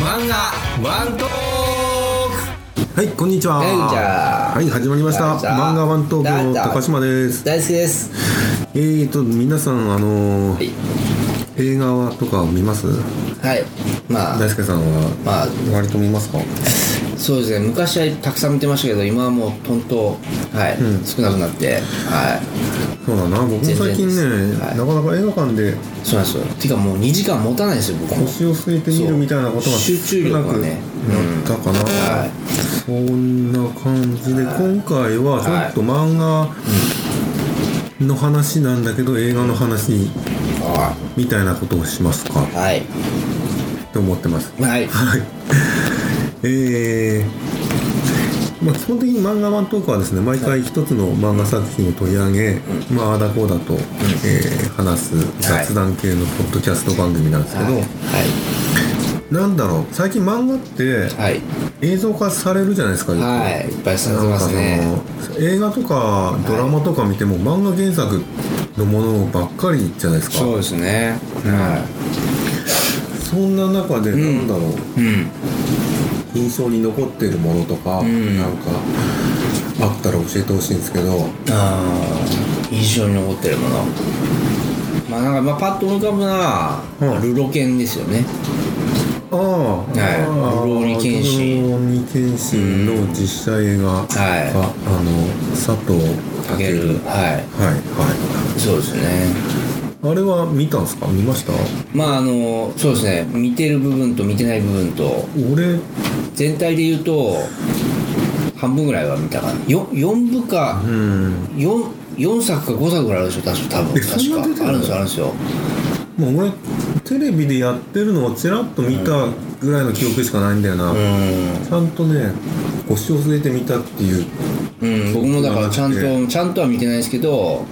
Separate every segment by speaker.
Speaker 1: 漫画ワントー
Speaker 2: はい、こんにちは。
Speaker 1: はいこんにちは
Speaker 2: はい、始まりました。
Speaker 1: こんにちは
Speaker 2: 漫画ワントークの高島で
Speaker 1: ク。
Speaker 2: す
Speaker 1: 大好きです
Speaker 2: えーと、皆さん、あのー
Speaker 1: はい
Speaker 2: 映画はとか見ます
Speaker 1: はいまあ
Speaker 2: 大輔さんは、
Speaker 1: まあ
Speaker 2: 割と見ますか
Speaker 1: そうですね昔はたくさん見てましたけど今はもうトントはい、
Speaker 2: うん
Speaker 1: 少なくなっては
Speaker 2: そうだな、僕も最
Speaker 1: 全
Speaker 2: 近
Speaker 1: 然で
Speaker 2: ね、
Speaker 1: すはい
Speaker 2: なかなか映画館で
Speaker 1: いそうなんですよていうかもう2時間持たないんですよ僕も
Speaker 2: 腰を据えて見るみたいなことが
Speaker 1: 集中力がね
Speaker 2: 少なくなったかな、
Speaker 1: はい
Speaker 2: こんな感じで、今回はちょっと漫画の話なんだけど、映画の話
Speaker 1: は
Speaker 2: みたいなことをしますか
Speaker 1: いはい
Speaker 2: と思ってます
Speaker 1: はい
Speaker 2: はい。えーまあ、基本的に漫画ワントークはですね毎回一つの漫画作品を取り上げ、まああだこうだと、えー話す雑談系のポッドキャスト番組なんですけど、
Speaker 1: は
Speaker 2: なんだろう最近漫画って
Speaker 1: いはい
Speaker 2: 映像化されるじゃないですか、よく
Speaker 1: はい、はい、いっぱいされて
Speaker 2: な
Speaker 1: ま
Speaker 2: んか
Speaker 1: す
Speaker 2: そ
Speaker 1: ね
Speaker 2: の映画とかドラマとか見ても、漫画原作のものばっかりじゃないですか
Speaker 1: そうですね、は
Speaker 2: そんな中でなんだろう、
Speaker 1: いうん
Speaker 2: 印象に残ってるものとか、
Speaker 1: ん
Speaker 2: なんかあったら教えてほしいんですけど
Speaker 1: あー印象に残ってるものまあなんかまあパッと浮かぶな、
Speaker 2: うん
Speaker 1: ルロケンですよね
Speaker 2: ああ
Speaker 1: い
Speaker 2: あ
Speaker 1: ル
Speaker 2: あ
Speaker 1: ローニケンシン
Speaker 2: ルローニケンシンの実写映画が、
Speaker 1: い
Speaker 2: あの佐藤
Speaker 1: かけるは
Speaker 2: はいはい
Speaker 1: そうですね
Speaker 2: あれは見たんですか見ました
Speaker 1: まああのそうですね見てる部分と見てない部分と
Speaker 2: 俺
Speaker 1: 全体で言うと半分ぐらいは見たかな 4, 四部か
Speaker 2: うん
Speaker 1: 4四作か5作ぐらいあるでしょ確か多分
Speaker 2: えそんな
Speaker 1: 確
Speaker 2: 出てる
Speaker 1: か
Speaker 2: の
Speaker 1: あるんですよあるんですよ
Speaker 2: もう俺テレビでやってるのをちらっと見たぐらいの記憶しかないんだよな、
Speaker 1: うん
Speaker 2: ちゃんとね腰を据えてみたっていう
Speaker 1: うん、僕もだからちゃんとちゃんとは見てないですけど、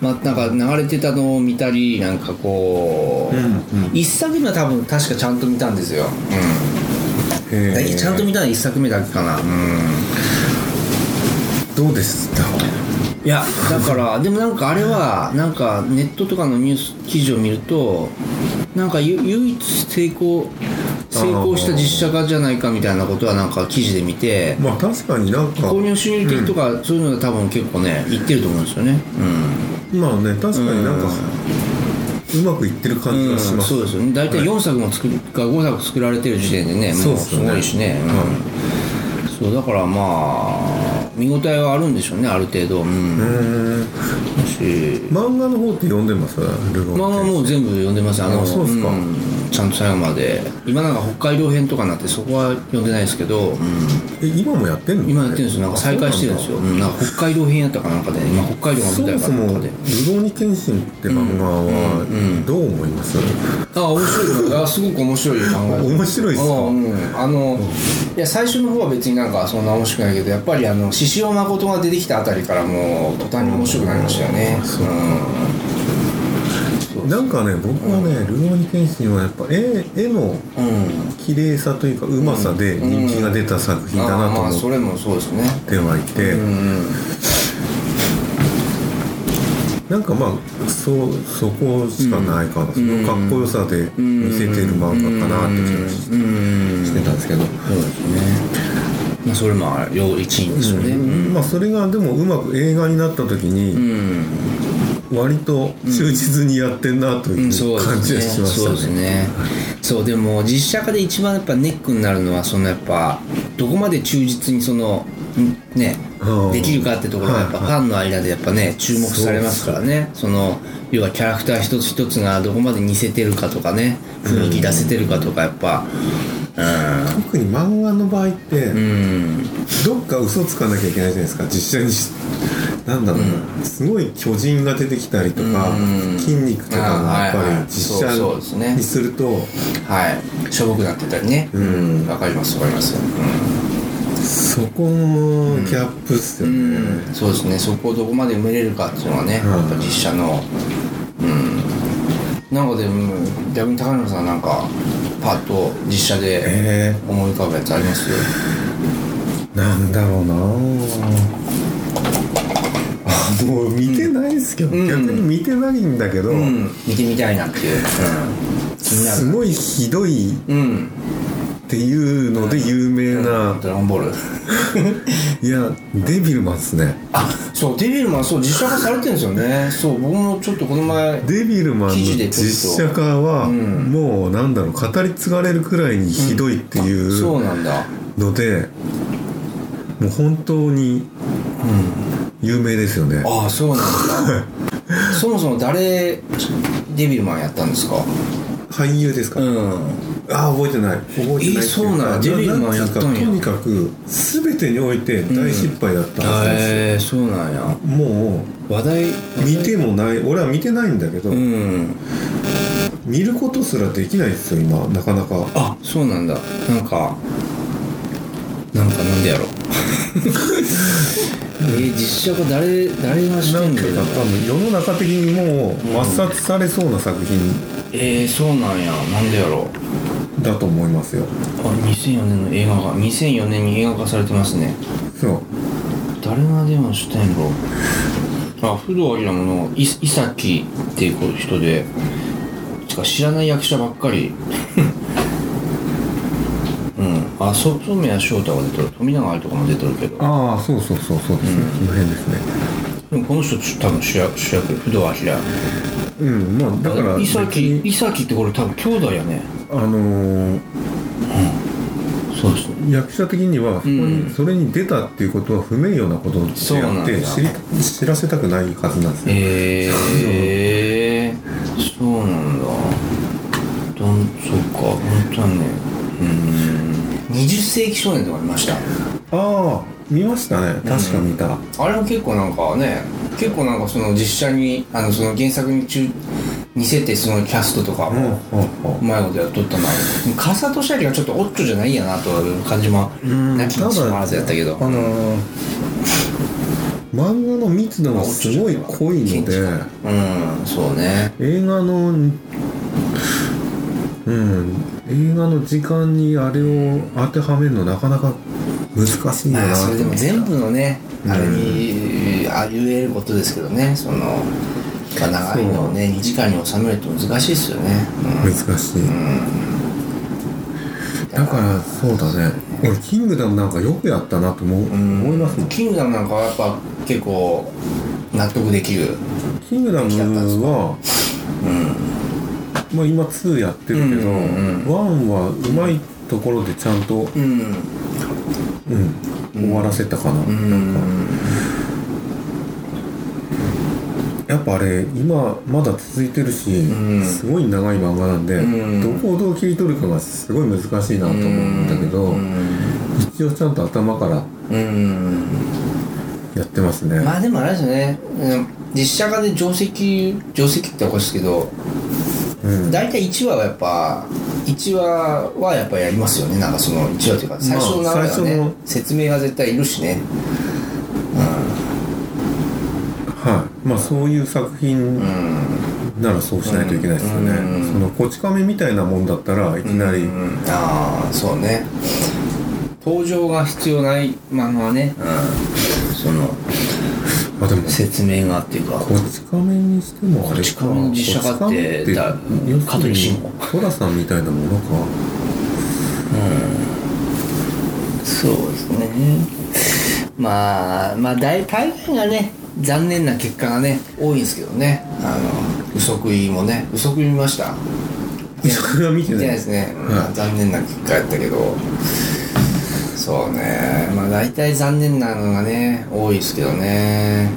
Speaker 1: まあ、なんか流れてたのを見たりなんかこう、
Speaker 2: うんうん
Speaker 1: 一作目は多分確かちゃんと見たんですよ、
Speaker 2: え
Speaker 1: だ
Speaker 2: ー
Speaker 1: ちゃんと見たのは一作目だけかな、
Speaker 2: どうでした
Speaker 1: いやだからでもなんかあれはなんかネットとかのニュース記事を見るとなんかゆ唯一成功成功した実写化じゃないかみたいなことはなんか記事で見て
Speaker 2: まあ確かになんか
Speaker 1: 購入収入金とかそういうのが多分結構ね言ってると思うんですよねうん
Speaker 2: まあね確かになんかうまくいってる感じがし
Speaker 1: うん、
Speaker 2: ます、
Speaker 1: そうですよね大体4作も作るか5作作られてる時点でね、
Speaker 2: そ
Speaker 1: もう
Speaker 2: うっす
Speaker 1: す
Speaker 2: よね
Speaker 1: ごいしね、うんそうだからまあ見応えはあるんでしょうねある程度、うん
Speaker 2: うん
Speaker 1: し
Speaker 2: 漫画の方って読んでますルロー
Speaker 1: まあまあもう全部読んでますあの
Speaker 2: あそうっすか
Speaker 1: んちゃんと最後まで今なんか北海道編とかになってそこは読んでないですけど、
Speaker 2: え今もやってんの
Speaker 1: 今やってるんですよなんか再開してるんですようんなんか北海道編やったかなんかで、今北海道が
Speaker 2: そ
Speaker 1: 舞
Speaker 2: も
Speaker 1: 台か
Speaker 2: そ
Speaker 1: なん
Speaker 2: も
Speaker 1: か
Speaker 2: 「ル
Speaker 1: で
Speaker 2: ローニケンシン」って漫画はどう思います、
Speaker 1: あ面白いよあすごく面白い考え
Speaker 2: 面白いっすか
Speaker 1: うん、あのいや最初の方は別になんかそんな面白くないけどやっぱりあの獅子王誠が出てきたあたりからもう途端に面白くなりましたよね
Speaker 2: なんかね僕はね「ルローニケンシン」はやっぱ絵絵の
Speaker 1: うん、うん、
Speaker 2: 綺麗さというかうまさで人気が出た作品だ
Speaker 1: あ
Speaker 2: な
Speaker 1: ー
Speaker 2: と
Speaker 1: まあ
Speaker 2: 思
Speaker 1: そ
Speaker 2: っ
Speaker 1: れもそうですね
Speaker 2: てはいて、
Speaker 1: うん
Speaker 2: なんかまあそうそこしかないかな、そのかっこよさで見せてる漫画かなって気がし
Speaker 1: うんうん
Speaker 2: してたんですけど、
Speaker 1: そうですねまあそれも要一因ですよね
Speaker 2: まあ、それがでもうまく映画になった
Speaker 1: う
Speaker 2: 時に
Speaker 1: ん、
Speaker 2: 割と忠実にやってんなという
Speaker 1: そう
Speaker 2: 感じが
Speaker 1: です
Speaker 2: しま
Speaker 1: ね
Speaker 2: し
Speaker 1: そうで
Speaker 2: た
Speaker 1: す
Speaker 2: ね。
Speaker 1: ねそうでも実写化で一番やっぱネックになるのはそのやっぱどこまで忠実にそのんね
Speaker 2: うん
Speaker 1: できるかってところがやっぱファンの間でやっぱね注目されますからねその要はキャラクター一つ一つがどこまで似せてるかとかね雰囲気出せてるかとかやっぱ
Speaker 2: 特に漫画の場合って、
Speaker 1: うん
Speaker 2: どっか嘘つかなきゃいけないじゃないですか実写にしなんだろうな、すごい巨人が出てきたりとか、
Speaker 1: うん
Speaker 2: 筋肉とかもやっ
Speaker 1: あーはいはい
Speaker 2: ぱり実
Speaker 1: そ
Speaker 2: 写
Speaker 1: うそうですね
Speaker 2: にすると
Speaker 1: はいしょぼくなってたりねうんわかりますわかります
Speaker 2: そこのギャップっすよ
Speaker 1: う
Speaker 2: ね。
Speaker 1: んそうですねそこをどこまで埋めれるかっていうのはねやっ
Speaker 2: うん
Speaker 1: ぱ実写のうんなんかでも逆に高野さんなんかパッと実写で
Speaker 2: え
Speaker 1: 思い浮かぶやつありますよ
Speaker 2: ー、なんだろうなあもう見てないですけど、
Speaker 1: ん
Speaker 2: 逆に見てないんだけど、
Speaker 1: うん見てみたいなっていう、うん、気にな
Speaker 2: す
Speaker 1: る
Speaker 2: ごいひどい
Speaker 1: うん
Speaker 2: っていうので有名な、
Speaker 1: ドラゴンボー ル
Speaker 2: いやデビルマンっすね
Speaker 1: あそうデビルマンそう実写化されてるんですよねそう僕もちょっとこの前
Speaker 2: デビルマンの
Speaker 1: 記事でちょっと
Speaker 2: 実写化は
Speaker 1: うん
Speaker 2: もうなんだろう語り継がれるくらいにひどいってい
Speaker 1: そう
Speaker 2: う
Speaker 1: なんだ
Speaker 2: のでもう本当に有名ですよね
Speaker 1: ああそうな んだそもそも誰デビルマンやったんですか
Speaker 2: 俳優ですか
Speaker 1: うん
Speaker 2: ああ覚えてない覚えてないってい
Speaker 1: えーそうなんや
Speaker 2: か
Speaker 1: デビルマンやったんや
Speaker 2: なんていうかとにかく全てにおいて大失敗だったはずですよ
Speaker 1: へえー、そうなんや
Speaker 2: も
Speaker 1: 話題
Speaker 2: う見てもない俺は見てないんだけど、
Speaker 1: うん
Speaker 2: 見ることすらできないですよ今なかなか
Speaker 1: あそうなんだなんかなんかなんで やろうえー、実写化誰誰がして
Speaker 2: なん
Speaker 1: ん
Speaker 2: て
Speaker 1: だ
Speaker 2: いう
Speaker 1: よ
Speaker 2: か多分世の中的にもう抹殺されそうな作品
Speaker 1: えー、そうなんやなんでやろう
Speaker 2: だと思いますよ、
Speaker 1: あ2004年の映画が2004年に映画化されてますね
Speaker 2: そう
Speaker 1: 誰がデモンしてんろあ不動明のい伊崎っていう人でてか知らない役者ばっかり うんあそ染谷翔太が出てる富永愛とかも出てるけど
Speaker 2: ああそうそうそうそうですね、この辺ですね
Speaker 1: でもこの人多分主役主役不動明
Speaker 2: うんまあだから
Speaker 1: 伊
Speaker 2: 別
Speaker 1: 崎
Speaker 2: に
Speaker 1: 伊崎ってこれ多分兄弟やね
Speaker 2: あのー
Speaker 1: そうですね
Speaker 2: 役者的にはそこに、
Speaker 1: うん
Speaker 2: それに出たっていうことは不名誉なことで
Speaker 1: そうな
Speaker 2: あ
Speaker 1: ん
Speaker 2: っ
Speaker 1: だ
Speaker 2: て知り知らせたくないはずなんですよ、
Speaker 1: えー、そうなんだどんそっか本当はねうん20世紀少年とか見ました
Speaker 2: ああ見ましたね確か見た、
Speaker 1: あれも結構なんかね結構なんかその実写にあのその原作に中似せてそのキャストとか
Speaker 2: うんうん
Speaker 1: もうまいことやっとったな笠俊明がちょっとオッチョじゃないんやなという感じも
Speaker 2: うん
Speaker 1: なきにしもあらずやったけど
Speaker 2: あのー漫画の密度がすごい濃いので
Speaker 1: うんそうね
Speaker 2: 映画のうん映画の時間にあれを当てはめるのなかなか難しいよ
Speaker 1: ま
Speaker 2: な
Speaker 1: あ
Speaker 2: と
Speaker 1: それで
Speaker 2: 思
Speaker 1: も
Speaker 2: って
Speaker 1: 全部のねあれにあ言えることですけどねその、まあ、長いのをね2時間に収めると難しいですよね、
Speaker 2: 難しい、だからそうだね俺キングダムなんかよくやったなと思う、
Speaker 1: うん、
Speaker 2: 思いますもん
Speaker 1: キングダムなんかはやっぱ結構納得できる
Speaker 2: キングダムは、まあ、今2やってるけど、
Speaker 1: うんうん
Speaker 2: 1はうまいところでちゃんと、
Speaker 1: うん
Speaker 2: うん、終わらせたかな、
Speaker 1: うん
Speaker 2: やっぱあれ今まだ続いてるし、
Speaker 1: ん
Speaker 2: すごい長い漫画なんで、
Speaker 1: うん
Speaker 2: どこをどう切り取るかがすごい難しいなと思うんだけど、
Speaker 1: うん
Speaker 2: 一応ちゃんと頭から
Speaker 1: うん
Speaker 2: やってますね、
Speaker 1: まあでもあれですよねうん実写化で定石定石っておかしいですけど
Speaker 2: うん、
Speaker 1: 大体1話はやっぱ1話はやっぱやりますよねなんかその1話というか最初の流れ
Speaker 2: まあ
Speaker 1: は
Speaker 2: 最
Speaker 1: ね、
Speaker 2: 初の
Speaker 1: 説明が絶対いるしね
Speaker 2: はいまあそういう作品
Speaker 1: うん
Speaker 2: ならそうしないといけないですよね、
Speaker 1: うん
Speaker 2: そのこち亀みたいなもんだったらいきなり、
Speaker 1: うんああそうね登場が必要ない漫画はね、うん、その
Speaker 2: あでも
Speaker 1: 説明がっていうか
Speaker 2: こち亀にしてもあれか
Speaker 1: こち亀の実写化って
Speaker 2: こち亀
Speaker 1: だ
Speaker 2: 要す
Speaker 1: 香
Speaker 2: る
Speaker 1: 取
Speaker 2: に
Speaker 1: 慎吾
Speaker 2: 寅さんみたいなものか
Speaker 1: そうですねまあまあ大大概がね残念な結果がね多いんですけどねあの嘘食いもね嘘食い見ました
Speaker 2: 嘘食いは見てない
Speaker 1: 見てないですね、
Speaker 2: はい
Speaker 1: うん残念な結果やったけどそうねまあ大体残念なのがね多いですけどね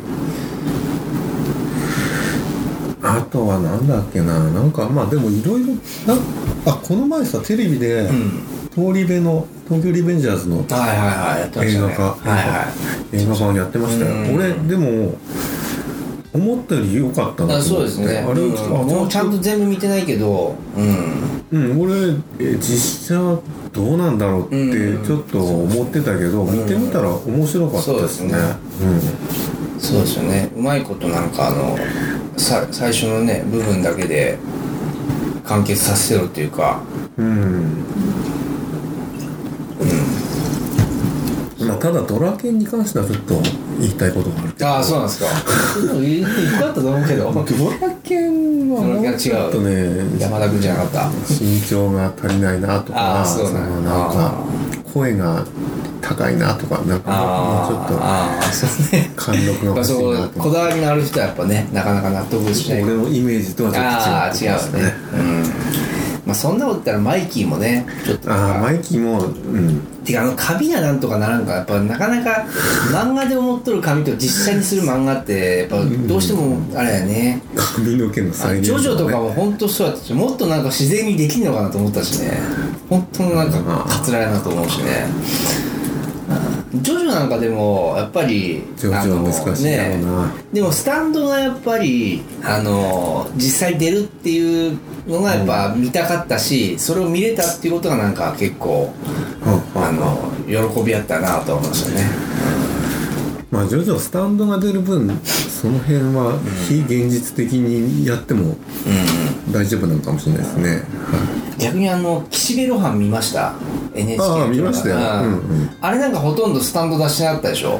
Speaker 2: あとはなんだっけななんかまあでもいろいろなあこの前さテレビで
Speaker 1: うん
Speaker 2: 東リベの東京リベンジャーズの
Speaker 1: はいはいはいやってまし
Speaker 2: 映
Speaker 1: たね
Speaker 2: 画化、
Speaker 1: はいはい
Speaker 2: 映画版やってました
Speaker 1: うん
Speaker 2: よ俺でも思ったより良かったな
Speaker 1: あ
Speaker 2: と
Speaker 1: そう
Speaker 2: 思っ
Speaker 1: です
Speaker 2: て
Speaker 1: ね
Speaker 2: あれ
Speaker 1: うんもうちゃんと全部見てないけどうん
Speaker 2: うん、俺え実写どうなんだろうっ
Speaker 1: うん
Speaker 2: てちょっと思ってたけど、見てみたら面白かったですね。
Speaker 1: そうですよねうまいことなんかあのさ最初のね部分だけで完結させろっていうか
Speaker 2: うん、うんまあ、ただドラケンに関してはちょっと言いたいことがあるけど
Speaker 1: ああそうなんですかよかったと思うけど
Speaker 2: ドラケン分は
Speaker 1: その
Speaker 2: もう
Speaker 1: 気
Speaker 2: ち
Speaker 1: が違う
Speaker 2: ょっとね
Speaker 1: 山田君じゃなかった
Speaker 2: 身長が足りないなと
Speaker 1: あ
Speaker 2: か
Speaker 1: ーそうなんだ
Speaker 2: のなんか声が高いなとかなんかもうちょっと
Speaker 1: ああそう ね
Speaker 2: 貫禄
Speaker 1: やっぱ
Speaker 2: が欲しい
Speaker 1: そ
Speaker 2: な
Speaker 1: う
Speaker 2: と
Speaker 1: こ
Speaker 2: か
Speaker 1: だわりのある人はやっぱねなかなか納得しない
Speaker 2: 俺のイメージとはちょっと
Speaker 1: ああ違う
Speaker 2: 違う
Speaker 1: ねうんまあそんなこと言ったらマイキーもねちょっと
Speaker 2: ああマイキーもうん
Speaker 1: てかあの紙がなんとかならんかやっぱなかなか漫画で思っとる紙と実写にする漫画ってやっぱどうしてもあれやね
Speaker 2: 髪の毛の
Speaker 1: あ
Speaker 2: 再
Speaker 1: の
Speaker 2: 現
Speaker 1: ジョジョと
Speaker 2: ね
Speaker 1: かも本当そうやったしもっとなんか自然にできんのかなと思ったしね本当のなんかかつらやなと思うしねうんジョジョなんかでもやっぱり
Speaker 2: ジョジョは難しいだろう
Speaker 1: あの
Speaker 2: な
Speaker 1: ねでもスタンドがやっぱりあの実際出るっていうのがやっぱ見たかったし、それを見れたっていうことがなんか結構
Speaker 2: うん
Speaker 1: あの喜びやったなと思いましたね
Speaker 2: まあ徐々スタンドが出る分その辺は非現実的にやっても
Speaker 1: うん
Speaker 2: 大丈夫なのかもしれないですね、はい
Speaker 1: 逆にあの岸辺露伴見ました NHK
Speaker 2: ああ見ましたよ
Speaker 1: うん
Speaker 2: うんうん
Speaker 1: あれなんかほとんどスタンド出してなかったでしょ、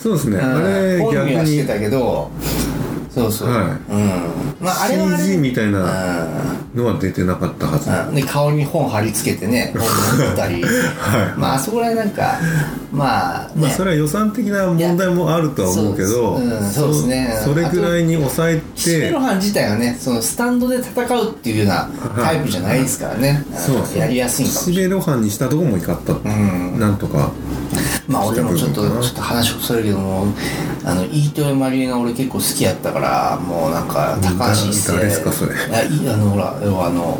Speaker 2: そうですね、あれ
Speaker 1: うん本
Speaker 2: 逆
Speaker 1: 人はし
Speaker 2: に
Speaker 1: てたけどそうそう、
Speaker 2: はい
Speaker 1: うんまああれはあれ
Speaker 2: CG みたいな
Speaker 1: うん
Speaker 2: のは出てなかったはず、
Speaker 1: うんで顔に本貼り付けて ね本持ったり、
Speaker 2: はい
Speaker 1: まああそこら辺なんかまあね、
Speaker 2: まあ、それは予算的な問題もあるとは思うけど
Speaker 1: いやそうですうんそうですね
Speaker 2: そそれぐらいに抑え
Speaker 1: 岸辺
Speaker 2: て
Speaker 1: 露伴自体がねそのスタンドで戦うっていうようなタイプじゃないですからね、
Speaker 2: そうそう
Speaker 1: やりやすいんかもし
Speaker 2: 岸
Speaker 1: れない
Speaker 2: 辺露伴にしたとこも怒った、
Speaker 1: ん
Speaker 2: なんとか
Speaker 1: まあ俺もちょっと
Speaker 2: 近くのかな
Speaker 1: ちょっと話をそれるけどもあの飯豊まりえが俺結構好きやったからもうなんか高橋一生
Speaker 2: 誰ですかそれ
Speaker 1: いやいいあのほら要はあの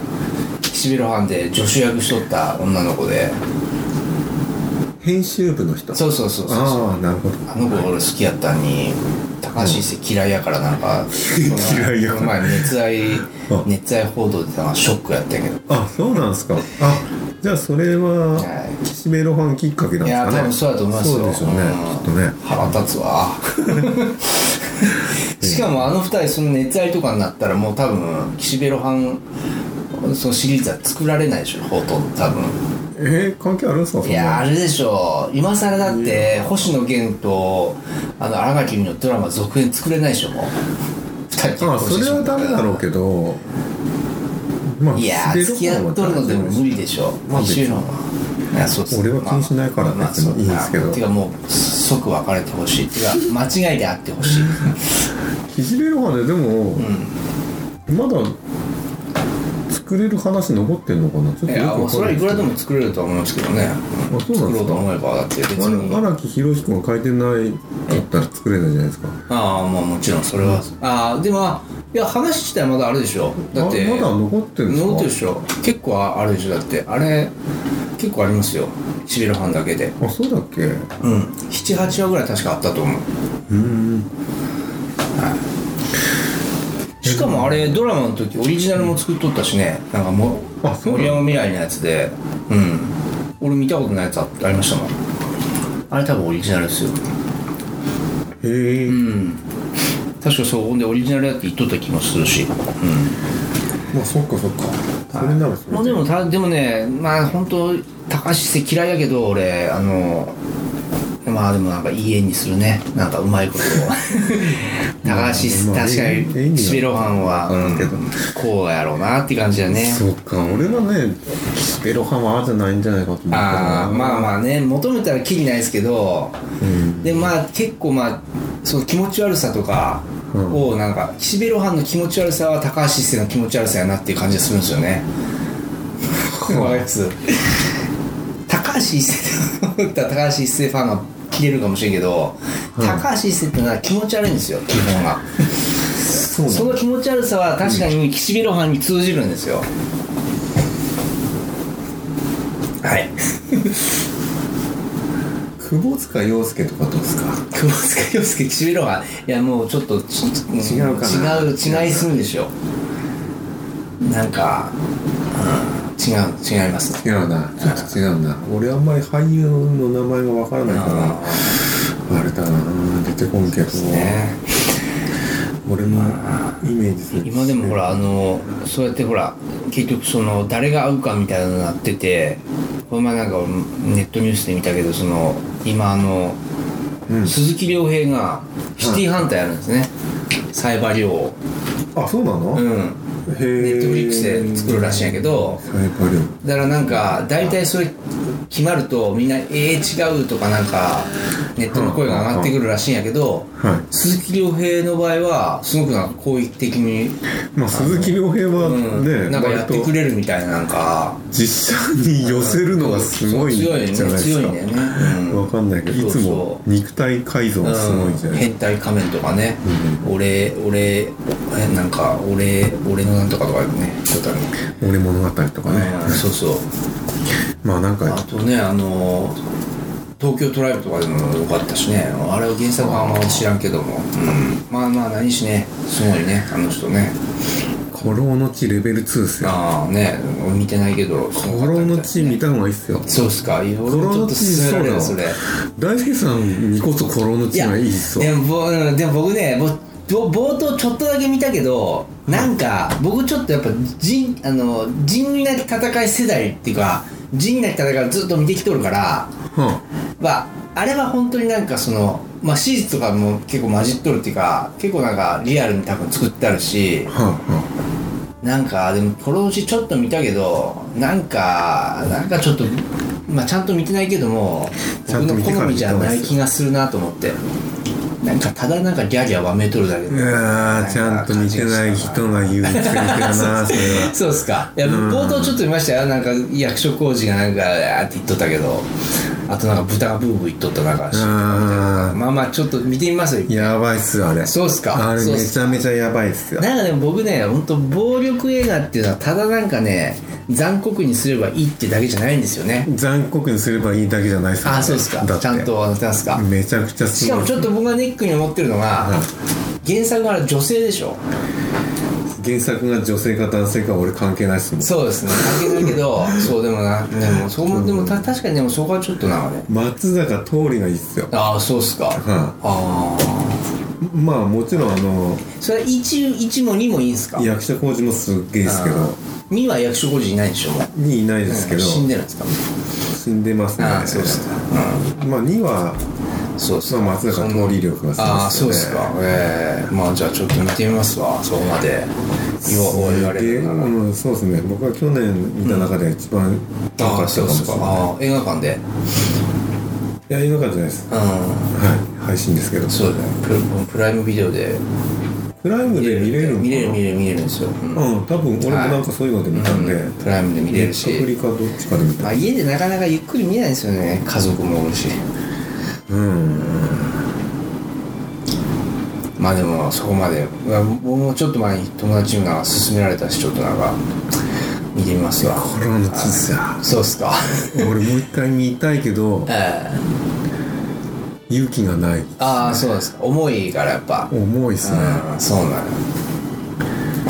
Speaker 1: 岸辺露伴で助手役しとった女の子で
Speaker 2: 編集部の人
Speaker 1: そうそうそうそうそう
Speaker 2: ああなるほど
Speaker 1: あの子俺好きやったのに高橋一生嫌いやからなんか
Speaker 2: 嫌いやから
Speaker 1: この前熱愛
Speaker 2: あ
Speaker 1: 熱愛報道でなんかショックやったけど
Speaker 2: あそうなんですかあじゃあそれは
Speaker 1: はい
Speaker 2: 岸辺露伴きっかけなん
Speaker 1: い
Speaker 2: です
Speaker 1: や
Speaker 2: かね
Speaker 1: 多分そうだと思いますよ
Speaker 2: そうですよね
Speaker 1: うん
Speaker 2: きっとね
Speaker 1: 腹立つ わ しかもあの二人その熱愛とかになったらもう多分岸辺露伴そのシリーズは作られないでしょほとんど多分
Speaker 2: えー、関係あるんですかそん
Speaker 1: い
Speaker 2: な
Speaker 1: や
Speaker 2: の
Speaker 1: あれでしょ今更だって星野源とあの荒垣結衣のドラマ続編作れないでしょもう二人結
Speaker 2: あ
Speaker 1: 婚して
Speaker 2: それはダメだろうけどまあ
Speaker 1: いやー付き合っとるのでも無理でしょ
Speaker 2: まあ別に
Speaker 1: 一緒のはいやそうっす
Speaker 2: 俺は気にしないから別にいいんですけど
Speaker 1: まあそうてかもう即別れてほしいてか間違いであってほ しい
Speaker 2: 岸辺露伴ででも、まだ作れる話残ってんのかなちょっと
Speaker 1: い
Speaker 2: よく
Speaker 1: やも
Speaker 2: わ
Speaker 1: うそれはいい
Speaker 2: かんな
Speaker 1: くらでも作れるとは思うんですけどね
Speaker 2: あそうなん
Speaker 1: 作
Speaker 2: で
Speaker 1: ろう
Speaker 2: す
Speaker 1: と
Speaker 2: か
Speaker 1: 思えばだって別に
Speaker 2: 荒荒木博彦が書いてないだったら作れないじゃないですか
Speaker 1: ああまあもちろんそれはああでもまあいや話自体はまだあるでしょだって
Speaker 2: あまだ残ってるんですか
Speaker 1: 残ってるでしょ結構あるでしょだってあれ結構ありますよシビルハンだけで
Speaker 2: あそうだっけう
Speaker 1: うん78話ぐらい確かあったと思う
Speaker 2: ーん
Speaker 1: しかもあれドラマの時オリジナルも作っとったしねなんかも
Speaker 2: あそうなの
Speaker 1: 森山未来のやつでうん俺見たことないやつあありましたもんあれ多分オリジナルですよ
Speaker 2: へえ、
Speaker 1: うん確かそうほんでオリジナルやって言っとった気もするしうん
Speaker 2: まあそっかそっかそれならそれ
Speaker 1: まあでもたでもねまあ本当高橋一生嫌いやけど俺あのまあでもなんかいい縁にするねなんかうまい ことを高橋一生
Speaker 2: まあ
Speaker 1: 確か
Speaker 2: 縁には
Speaker 1: に岸辺露伴は、うん
Speaker 2: けど、
Speaker 1: こうやろうなって感じだね
Speaker 2: そっか俺はね岸辺露伴はあじゃないんじゃないかと思った
Speaker 1: ああまあ
Speaker 2: あ
Speaker 1: まあね求めたらきりないですけど
Speaker 2: うん
Speaker 1: でまあ結構まあその気持ち悪さとかをなんか岸辺露伴の気持ち悪さは高橋一生の気持ち悪さやなっていう感じがするんですよね。わかります高橋一生って思ったら高橋一生ファンが切れるかもしれんけど、
Speaker 2: うん
Speaker 1: 高橋一生ってのは気持ち悪いんですよ基本が。
Speaker 2: そう
Speaker 1: その気持ち悪さは確かに岸辺露伴に通じるんですよ、はい
Speaker 2: 久保塚洋介とかどうですか
Speaker 1: 久保塚洋介岸辺露伴いやもうちょっとち
Speaker 2: 違うかな
Speaker 1: 違う違いするんでしょなんか、うん、違う違いますね
Speaker 2: 違うなちょっと違うな俺あんまり俳優の名前がわからない
Speaker 1: あ
Speaker 2: からあれだな出てこんけど
Speaker 1: ーね
Speaker 2: 俺もイメージする
Speaker 1: 今でもほらあのそうやってほら結局その誰が会うかみたいなのなっててこの前なんか俺ネットニュースで見たけどその今あの、
Speaker 2: うん
Speaker 1: 鈴木亮平がシティハンターやるんですね、サイバリオを
Speaker 2: あそうなの、
Speaker 1: うん
Speaker 2: へえ
Speaker 1: ネットフリックスで作るらしいんやけど
Speaker 2: 最高量
Speaker 1: だからなんか大体それ決まるとみんな「えー、違う」とかなんかネットの声が上がってくるらしいんやけど、
Speaker 2: はい
Speaker 1: 鈴木亮平の場合はすごくなんか好意的に、
Speaker 2: まあ鈴木亮平は
Speaker 1: うん
Speaker 2: ね、
Speaker 1: なんかやってく
Speaker 2: 割
Speaker 1: れるみたいななんか
Speaker 2: と実写に寄せるのがすごい
Speaker 1: そ
Speaker 2: じ
Speaker 1: う
Speaker 2: ゃ
Speaker 1: 強
Speaker 2: な
Speaker 1: ね
Speaker 2: いいですか
Speaker 1: 強いんだよね、うん
Speaker 2: わかんないけどいつも肉体改造
Speaker 1: そう
Speaker 2: がす
Speaker 1: そう
Speaker 2: ごいじゃ
Speaker 1: うん
Speaker 2: ないですか、
Speaker 1: 変態仮面とかね、俺俺えなんか俺俺のなんとかとかねちょっとあるね
Speaker 2: 俺物語とかね、
Speaker 1: うんそうそう
Speaker 2: まあなん
Speaker 1: あ
Speaker 2: か
Speaker 1: とねあの東京トライブとかでも良かったしねあれは原作はあんま知らんけども、うん、まあまあ何しねすごいねあの人ね
Speaker 2: 古老の地レベル2っすよ
Speaker 1: ああね見てないけどすごかっ
Speaker 2: 古
Speaker 1: た
Speaker 2: 老
Speaker 1: みたい
Speaker 2: の地見た方がいいっすよ
Speaker 1: そうっすか俺も
Speaker 2: 古老
Speaker 1: ちょ
Speaker 2: の
Speaker 1: っと
Speaker 2: 地
Speaker 1: 勧めら
Speaker 2: そう
Speaker 1: れ
Speaker 2: だ
Speaker 1: る
Speaker 2: わ
Speaker 1: それ
Speaker 2: 大輔さんにこそ古老の
Speaker 1: い
Speaker 2: 地
Speaker 1: や
Speaker 2: がいいっす
Speaker 1: で
Speaker 2: わ
Speaker 1: もぼうんでも僕ねぼぼ冒頭ちょっとだけ見たけどなんか僕ちょっとやっぱ人あの人なき戦い世代っていうか人なき戦いをずっと見てきとるから
Speaker 2: は
Speaker 1: まあ、あれは本当になんかその、まあ、史実とかも結構混じっとるっていうか結構なんかリアルに多分作ってあるし
Speaker 2: あ、はあ、は
Speaker 1: なんかでもこのうちちょっと見たけどなんかなんかちょっと、まあ、ちゃんと見てないけども
Speaker 2: ちゃん
Speaker 1: 僕の
Speaker 2: と見てから
Speaker 1: 好みじゃない
Speaker 2: 見た方がいいです
Speaker 1: 気がするなと思ってなんかただなんかギャギャわめとるだけ
Speaker 2: あ、いやーちゃんと見てない人が言うセリフだなそれは
Speaker 1: そうですかいや
Speaker 2: うん
Speaker 1: 冒頭ちょっと見ましたよなんか役所工事がなんかあーって言っとったけどあとなんか豚がブーブー言っとったなんか
Speaker 2: あ
Speaker 1: まあまあちょっと見てみますよ
Speaker 2: ーやばいっすよあれ
Speaker 1: そうっすか
Speaker 2: あれ
Speaker 1: そうっ
Speaker 2: め
Speaker 1: す
Speaker 2: ちゃめちゃやばいっすよ
Speaker 1: なんかでも僕ね本当暴力映画っていうのはただなんかね残酷にすればいいってだけじゃないんですよね
Speaker 2: 残酷にすればいいだけじゃないっすよ
Speaker 1: ああそうですか
Speaker 2: だって
Speaker 1: ちゃんとあのなんですか
Speaker 2: めちゃくちゃす
Speaker 1: しか
Speaker 2: ご
Speaker 1: も
Speaker 2: い
Speaker 1: ちょっと僕がネックに思ってるのが、原作から女性でしょ
Speaker 2: 原作が女性か男性か俺関係ないっすもん
Speaker 1: そうですね関係ないけどそうでもなでもそうもでもた確かにでもそこはちょっとなんかね
Speaker 2: 松坂桃李がいいっすよ
Speaker 1: ああそうっすか、ああ
Speaker 2: まあもちろんあの
Speaker 1: それは 1, 一も2もいいんすか
Speaker 2: 役者工事もすっげえですけど
Speaker 1: 2は役所工事いないでしょもう
Speaker 2: 2いないですけど
Speaker 1: 死んでるんですか
Speaker 2: 死んでますね
Speaker 1: ああそうっすか、うん
Speaker 2: まあ2は
Speaker 1: そうっすか
Speaker 2: まあ松坂桃李力がすごいっすよね
Speaker 1: ああそうですかええまあじゃあちょっと見てみますわそこまで言わ言われるなら
Speaker 2: うんそうですね僕は去年見た中で一番良
Speaker 1: あ
Speaker 2: か
Speaker 1: あ
Speaker 2: った
Speaker 1: そ
Speaker 2: か
Speaker 1: う
Speaker 2: も
Speaker 1: です
Speaker 2: し
Speaker 1: か
Speaker 2: れない
Speaker 1: ああ映画館で
Speaker 2: いや映画館じゃないです
Speaker 1: うん
Speaker 2: はい配信ですけど
Speaker 1: そうだねプロプライムビデオで
Speaker 2: プライムで見れるのかな
Speaker 1: 見れる見れる見れるんですよ、うん
Speaker 2: うん多分俺もなんかそういうので見たんで
Speaker 1: うんプライムで見れるし
Speaker 2: ネットフリかどっちかで見
Speaker 1: ま
Speaker 2: た
Speaker 1: あ、家でなかなかゆっくり見ないんですよね家族もおるし
Speaker 2: うん
Speaker 1: まあでもそこまでうわ僕もちょっと前に友達になんか勧められたしちょっとなんか見てみますわ
Speaker 2: これはの地図や
Speaker 1: そうっすか
Speaker 2: 俺もう一回見たいけど
Speaker 1: ええ
Speaker 2: 勇気がない
Speaker 1: ああそうなんですか重いからやっぱ
Speaker 2: 重いっすね
Speaker 1: うんそうなんや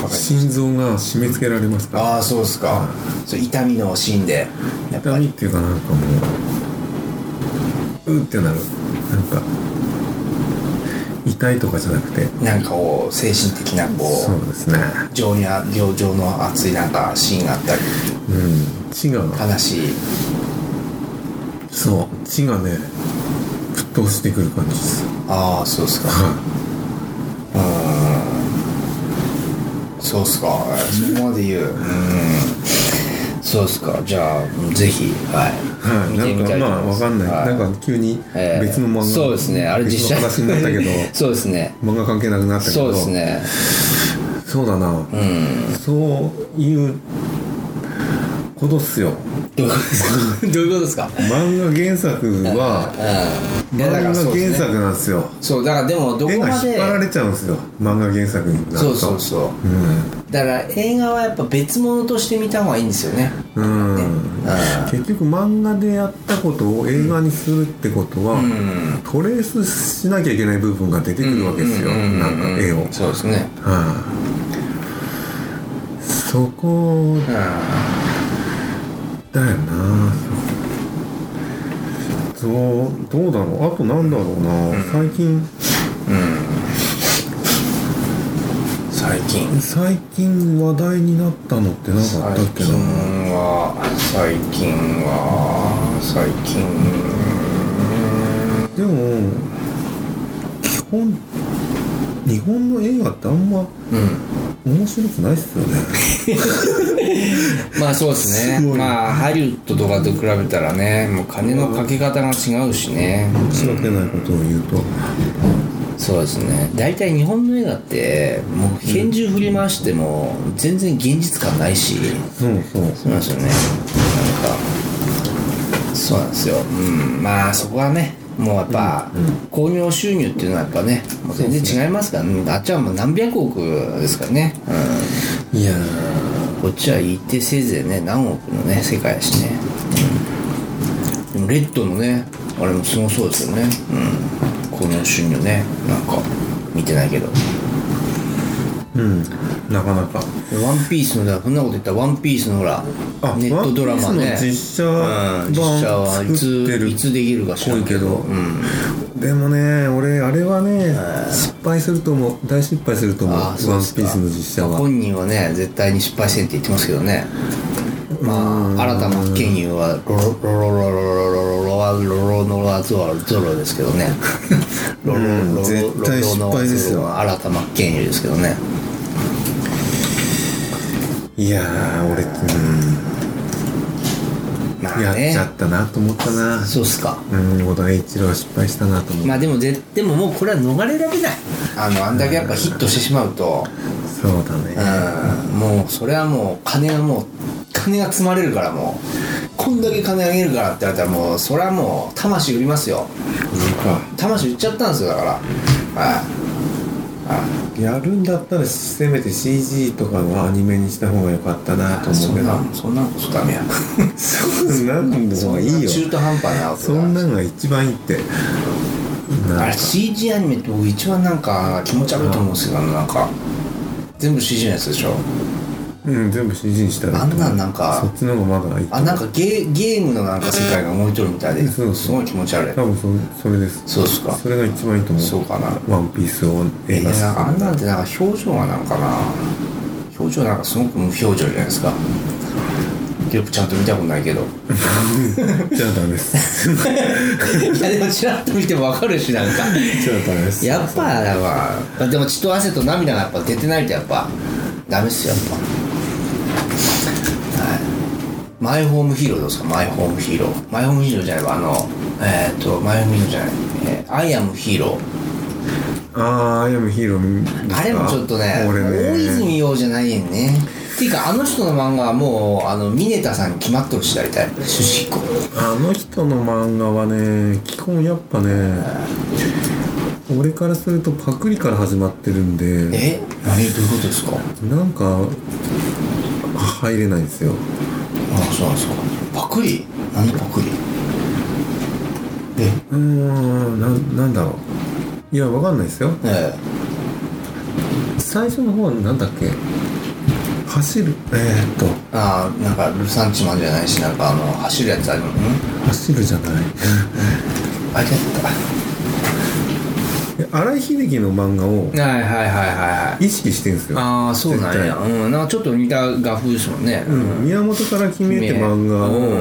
Speaker 2: 心臓が締め付けられますから
Speaker 1: ああそうですかそう痛みのシーンでやっぱ
Speaker 2: 痛み
Speaker 1: り
Speaker 2: っていうかなんかもううってなるなんか痛いとかじゃなくて
Speaker 1: なんかこう精神的なこ
Speaker 2: そううですね
Speaker 1: 情にあ情情の熱いなんかシーンがあったり
Speaker 2: うん血が
Speaker 1: 悲しい
Speaker 2: そう血がね沸騰してくる感じです
Speaker 1: ああそうですか
Speaker 2: は
Speaker 1: うーんそうっすかそこまで言ううんそうっすかじゃあぜひはい、
Speaker 2: い、はい、
Speaker 1: 見てみ
Speaker 2: な
Speaker 1: た
Speaker 2: ん
Speaker 1: い
Speaker 2: か
Speaker 1: と思
Speaker 2: ま
Speaker 1: い
Speaker 2: あ
Speaker 1: ま
Speaker 2: わ
Speaker 1: す
Speaker 2: かんない、
Speaker 1: はい
Speaker 2: なんか急に
Speaker 1: ええ
Speaker 2: 別の漫画、
Speaker 1: そうですねあれ実写
Speaker 2: 別の話になっ たけど
Speaker 1: そうですね
Speaker 2: 漫画関係なくなったけど
Speaker 1: そうですね
Speaker 2: そうだな
Speaker 1: うん
Speaker 2: そういうことっすよ
Speaker 1: どういうことですか どういうことですか
Speaker 2: 漫画原作は
Speaker 1: うん。いやだ
Speaker 2: 漫画
Speaker 1: から
Speaker 2: 原
Speaker 1: そうです
Speaker 2: 作
Speaker 1: ね。
Speaker 2: なんですよ
Speaker 1: そうだからでもどこ
Speaker 2: 絵が
Speaker 1: ま
Speaker 2: 引っ
Speaker 1: で
Speaker 2: 張られちゃうんですよ漫画原作になると
Speaker 1: そうそうそううだから映画はやっぱ別物として見た方がいいんですよね。
Speaker 2: ん、う、
Speaker 1: うんん。
Speaker 2: 結局漫画でやったことを映画にするってことは、
Speaker 1: うん
Speaker 2: トレースしなきゃいけない部分が出てくるわけですよ、
Speaker 1: うう
Speaker 2: なんか絵を、
Speaker 1: そうですね。
Speaker 2: はいそこ
Speaker 1: うん。
Speaker 2: だよなそうどうだろうあとなんだろうな、最近
Speaker 1: 最近。
Speaker 2: 最近話題になったのってなかった
Speaker 1: 最
Speaker 2: っけ
Speaker 1: 近
Speaker 2: な
Speaker 1: は最近は最近。
Speaker 2: でも基本日本の映画ってあんま
Speaker 1: うん
Speaker 2: 面白くないっすよね
Speaker 1: まあそうですね
Speaker 2: すごい
Speaker 1: まあハリウッドとかと比べたらねもう金のかけ方が違うしね
Speaker 2: 面白くないことを言うと
Speaker 1: そうですね大体日本の映画ってもう拳銃振り回しても全然現実感ないし
Speaker 2: そうそう
Speaker 1: そうなんですよねなんかそうなんですようんまあそこはねもうやっぱ興行、収入っていうのはやっぱねもう全然違いますから、ね、あっちはもう何百億ですからね、
Speaker 2: いや
Speaker 1: うん、こっちは一定せいぜいね何億のね世界やしね、うん、でもレッドのねあれもすごそうですよねうん興行収入ねなんか見てないけど
Speaker 2: うんなかなか
Speaker 1: ワンピースのだこんなこと言ったらワンピースのほら
Speaker 2: あ
Speaker 1: ネットドラマね
Speaker 2: ワンピースの
Speaker 1: うん
Speaker 2: 実
Speaker 1: 実
Speaker 2: 写
Speaker 1: 写は
Speaker 2: 版
Speaker 1: い
Speaker 2: 作って
Speaker 1: つ
Speaker 2: る
Speaker 1: いつできるか知らんけど
Speaker 2: ぽいけど
Speaker 1: うん、
Speaker 2: でもね俺あれはね失敗すると思う大失敗すると思う「ワ
Speaker 1: あー
Speaker 2: ンピ
Speaker 1: そうですか
Speaker 2: ースの実写は
Speaker 1: 本人はね絶対に失敗せんって言ってますけどねまあ新たな剣佑はロロロロロロロロロはロロノラゾロゾロですけどねロロロロ
Speaker 2: うん絶対失敗ですよ
Speaker 1: ロロノラゾロは新たな剣佑ですけどね
Speaker 2: いやー俺うん
Speaker 1: まあ
Speaker 2: やっ
Speaker 1: ね
Speaker 2: ちゃったなと思ったな
Speaker 1: そうっすか
Speaker 2: うん小田栄一郎は失敗したなと思う、
Speaker 1: まあでもぜでももうこれは逃れられないあのあんだけやっぱヒットしてしまうと
Speaker 2: そうだね
Speaker 1: うんもうそれはもう金がもう金が積まれるからもうこんだけ金あげるからって言われたらもうそれはもう魂売りますよ魂売っちゃったんですよだからはいは
Speaker 2: やるんだったらせめて CG とかのアニメにした方が良かったなと
Speaker 1: い
Speaker 2: 思
Speaker 1: そ
Speaker 2: うんけど
Speaker 1: なんそんなんこそダメや
Speaker 2: そんなんの方がいいよ
Speaker 1: 中途半端なわけ
Speaker 2: そ
Speaker 1: だ
Speaker 2: んなんが一番いいって
Speaker 1: あ
Speaker 2: なん
Speaker 1: れ
Speaker 2: か
Speaker 1: CG アニメって僕一番なんか気持ち悪いと思うんですけどなんか全部 CG のやつでしょ
Speaker 2: うん全部 CG にしたら
Speaker 1: あんなんなんか
Speaker 2: そっちの方がまだいい
Speaker 1: あなんかゲーゲームのなんか世界が動いとるみたいで
Speaker 2: そうそう
Speaker 1: すごい気持ち悪い
Speaker 2: 多分そそれです
Speaker 1: そうっすか
Speaker 2: それが一番いいと思う
Speaker 1: そうかな
Speaker 2: ワンピースを映
Speaker 1: え
Speaker 2: 画
Speaker 1: なんかあんなんてなんか表情がなんかな表情なんかすごく無表情じゃないですかよくちゃんと見たことない けど
Speaker 2: じゃあダメで すじゃ
Speaker 1: いやでもちらっと見てもわかるしなんか
Speaker 2: あダメです
Speaker 1: やっぱだからでも血と汗と涙がやっぱ出てないとやっぱダメっすよやっぱはいマイホームヒーローどうですかマイホームヒーローマイホームヒーローじゃないわあのえーっとマイホームヒーローじゃない、えーアイアムヒーロー
Speaker 2: ああアイアムヒーローですか
Speaker 1: あれもちょっとね
Speaker 2: 俺ね
Speaker 1: 大泉洋じゃないんねっていうかあの人の漫画はもうあのミネタさんに決まっとるし大体主人公
Speaker 2: あの人の漫画はね基本やっぱね俺からするとパクリから始まってるんで
Speaker 1: え何どういうことですか
Speaker 2: なんか入れないんですよ
Speaker 1: あそうなんですかパクリ何パクリえ
Speaker 2: うーんなんなんだろういやわかんないですよ
Speaker 1: え
Speaker 2: 最初の方なんだっけ走るえー、っと
Speaker 1: えああなんかルサンチマンじゃないしなんかあの走るやつあるのね
Speaker 2: 走るじゃない
Speaker 1: あれだっ
Speaker 2: え荒井秀樹の漫画を
Speaker 1: たはいはいはいはいはい
Speaker 2: 意識してるんですよ
Speaker 1: ああそうなん
Speaker 2: 絶
Speaker 1: やうんなんかちょっと似た画風ですもんね
Speaker 2: 対うん、宮本から決めって漫画を、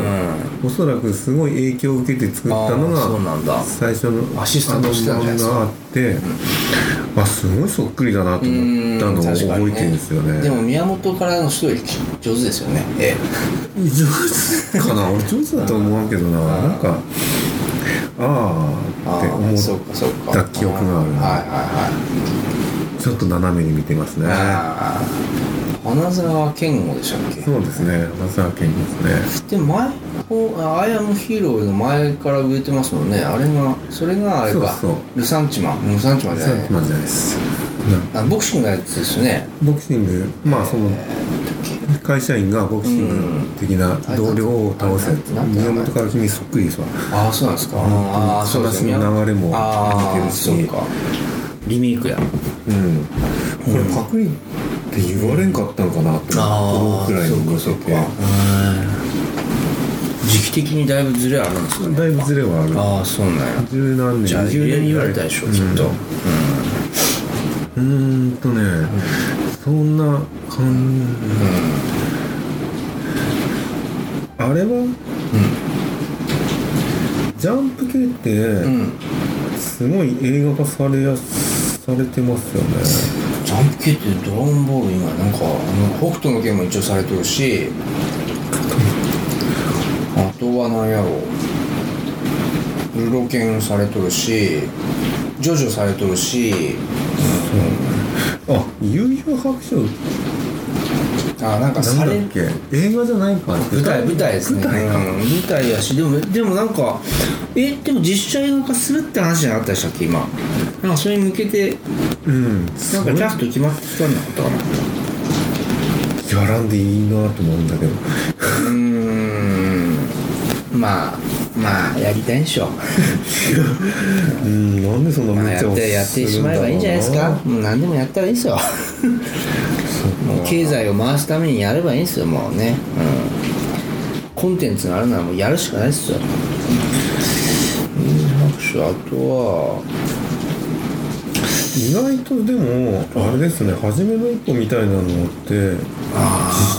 Speaker 2: おそらくすごい影響を受けて作ったの
Speaker 1: あーそうなんだ
Speaker 2: が最初の
Speaker 1: アシスタントしてたんじゃないですか
Speaker 2: あの漫画があってあすごいそっくりだなと思ったのを覚
Speaker 1: 確かに
Speaker 2: えてるんですよね
Speaker 1: でも宮本からの人より上手ですよねえ
Speaker 2: 上手かな俺上手だと思わんけどななんかああって思
Speaker 1: そう
Speaker 2: う
Speaker 1: かそうか
Speaker 2: だ記憶があるな
Speaker 1: はいはいはい
Speaker 2: ちょっと斜めに見てますね
Speaker 1: ああ花沢健吾でしたっけ
Speaker 2: そうですね松沢健です
Speaker 1: で
Speaker 2: ね
Speaker 1: 前こうあアイアムヒーローの前から植えてますもんねあれがそれがあれか
Speaker 2: そうそう
Speaker 1: ルサンチマンルサンチマンじゃない
Speaker 2: まあじゃないですな
Speaker 1: あボクシングのやつですよね
Speaker 2: ボクシングまあその会社員がボクシング的な同僚を倒すやつ
Speaker 1: うん
Speaker 2: 宮本から君そっくりですわ
Speaker 1: ああそうなんですかああそうですね
Speaker 2: 話の流れも
Speaker 1: あ
Speaker 2: 似て
Speaker 1: あ
Speaker 2: るし
Speaker 1: そうかリメイクや
Speaker 2: うんこれパクリって言われんかったのかなって思うくらいに似てて
Speaker 1: 時期的にだいぶズレあるんですかね
Speaker 2: だいぶズレはある
Speaker 1: ああそうなんや
Speaker 2: 十何年
Speaker 1: じゃあ
Speaker 2: 20
Speaker 1: 入れ
Speaker 2: 年
Speaker 1: に
Speaker 2: ぐ
Speaker 1: 言わ
Speaker 2: らい
Speaker 1: れたでしょきっと、
Speaker 2: うーんとね、そんな感じ、あれはジャンプ系って
Speaker 1: うん
Speaker 2: すごい映画化されやすされてますよね
Speaker 1: ジャンプ系ってドラゴンボール以外なんかあの北斗の拳も一応されてるしあとは何やろうルロケンされとるしジョジョされとるし
Speaker 2: あ悠々白書
Speaker 1: あなんか
Speaker 2: な
Speaker 1: され
Speaker 2: んだっけ映画じゃないか
Speaker 1: 舞台舞台ですね
Speaker 2: 舞台か、
Speaker 1: うん、舞台やしでもでもなんかえでも実写映画化するって話じゃなかったでしたっけ今なんかそれに向けて
Speaker 2: うん
Speaker 1: な
Speaker 2: なん
Speaker 1: かキャスト決まってきたんだったかな
Speaker 2: やらんでいいなと思うんだけど
Speaker 1: うーんまあまあやりたいんで しょ
Speaker 2: うんなんでそんな
Speaker 1: まあ
Speaker 2: 無
Speaker 1: や
Speaker 2: 茶
Speaker 1: っ
Speaker 2: をするんだ
Speaker 1: てやってしまえ
Speaker 2: ろうな
Speaker 1: ばいいんじゃないですかもう何でもやったらいいですよ もう経済を回すためにやればいいんですよもうね、うん、コンテンツがあるならもうやるしかないですようん拍手あとは
Speaker 2: 意外とでもあれですね初めの一歩みたいなのって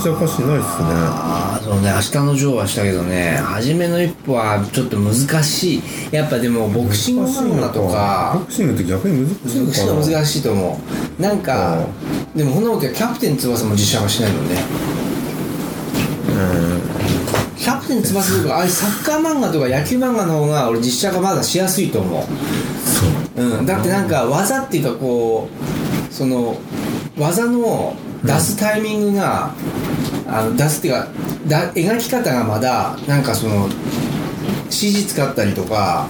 Speaker 2: 実写化しないっすね
Speaker 1: ああそうね「明日のジョー」はしたけどね初めの一歩はちょっと難しいやっぱでもボクシング漫画とか
Speaker 2: ボクシングって逆に難しい
Speaker 1: ボ
Speaker 2: の
Speaker 1: クシング
Speaker 2: かな
Speaker 1: 難しいと思うなんかでもほんなわけキャプテン翼も実写化しないもんねキャプテン翼とかああいうサッカー漫画とか野球漫画の方が俺実写化まだしやすいと思
Speaker 2: そう
Speaker 1: う、うん、だってなんか技っていうかこうその技の出すタイミングが、あの出すっていうかだ描き方がまだなんかその CG 使ったりとか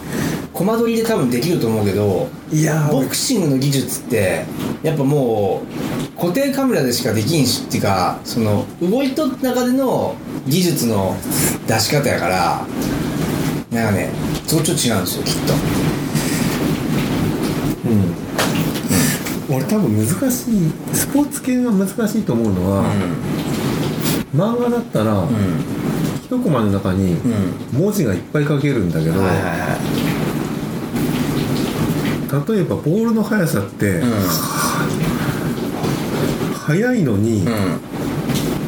Speaker 1: コマ撮りで多分できると思うけど
Speaker 2: いやー
Speaker 1: ボクシングの技術ってやっぱもう固定カメラでしかできんしっていうかその動いとった中での技術の出し方やからなんかねそこちょっと違うんですよきっと
Speaker 2: うん俺多分難しいスポーツ系が難しいと思うのは、漫画だったら、
Speaker 1: う
Speaker 2: 一コマの中に
Speaker 1: ん
Speaker 2: 文字がいっぱい書けるんだけど、
Speaker 1: はいはいは
Speaker 2: 例えばボールの速さって、
Speaker 1: い
Speaker 2: 速いのに、
Speaker 1: うん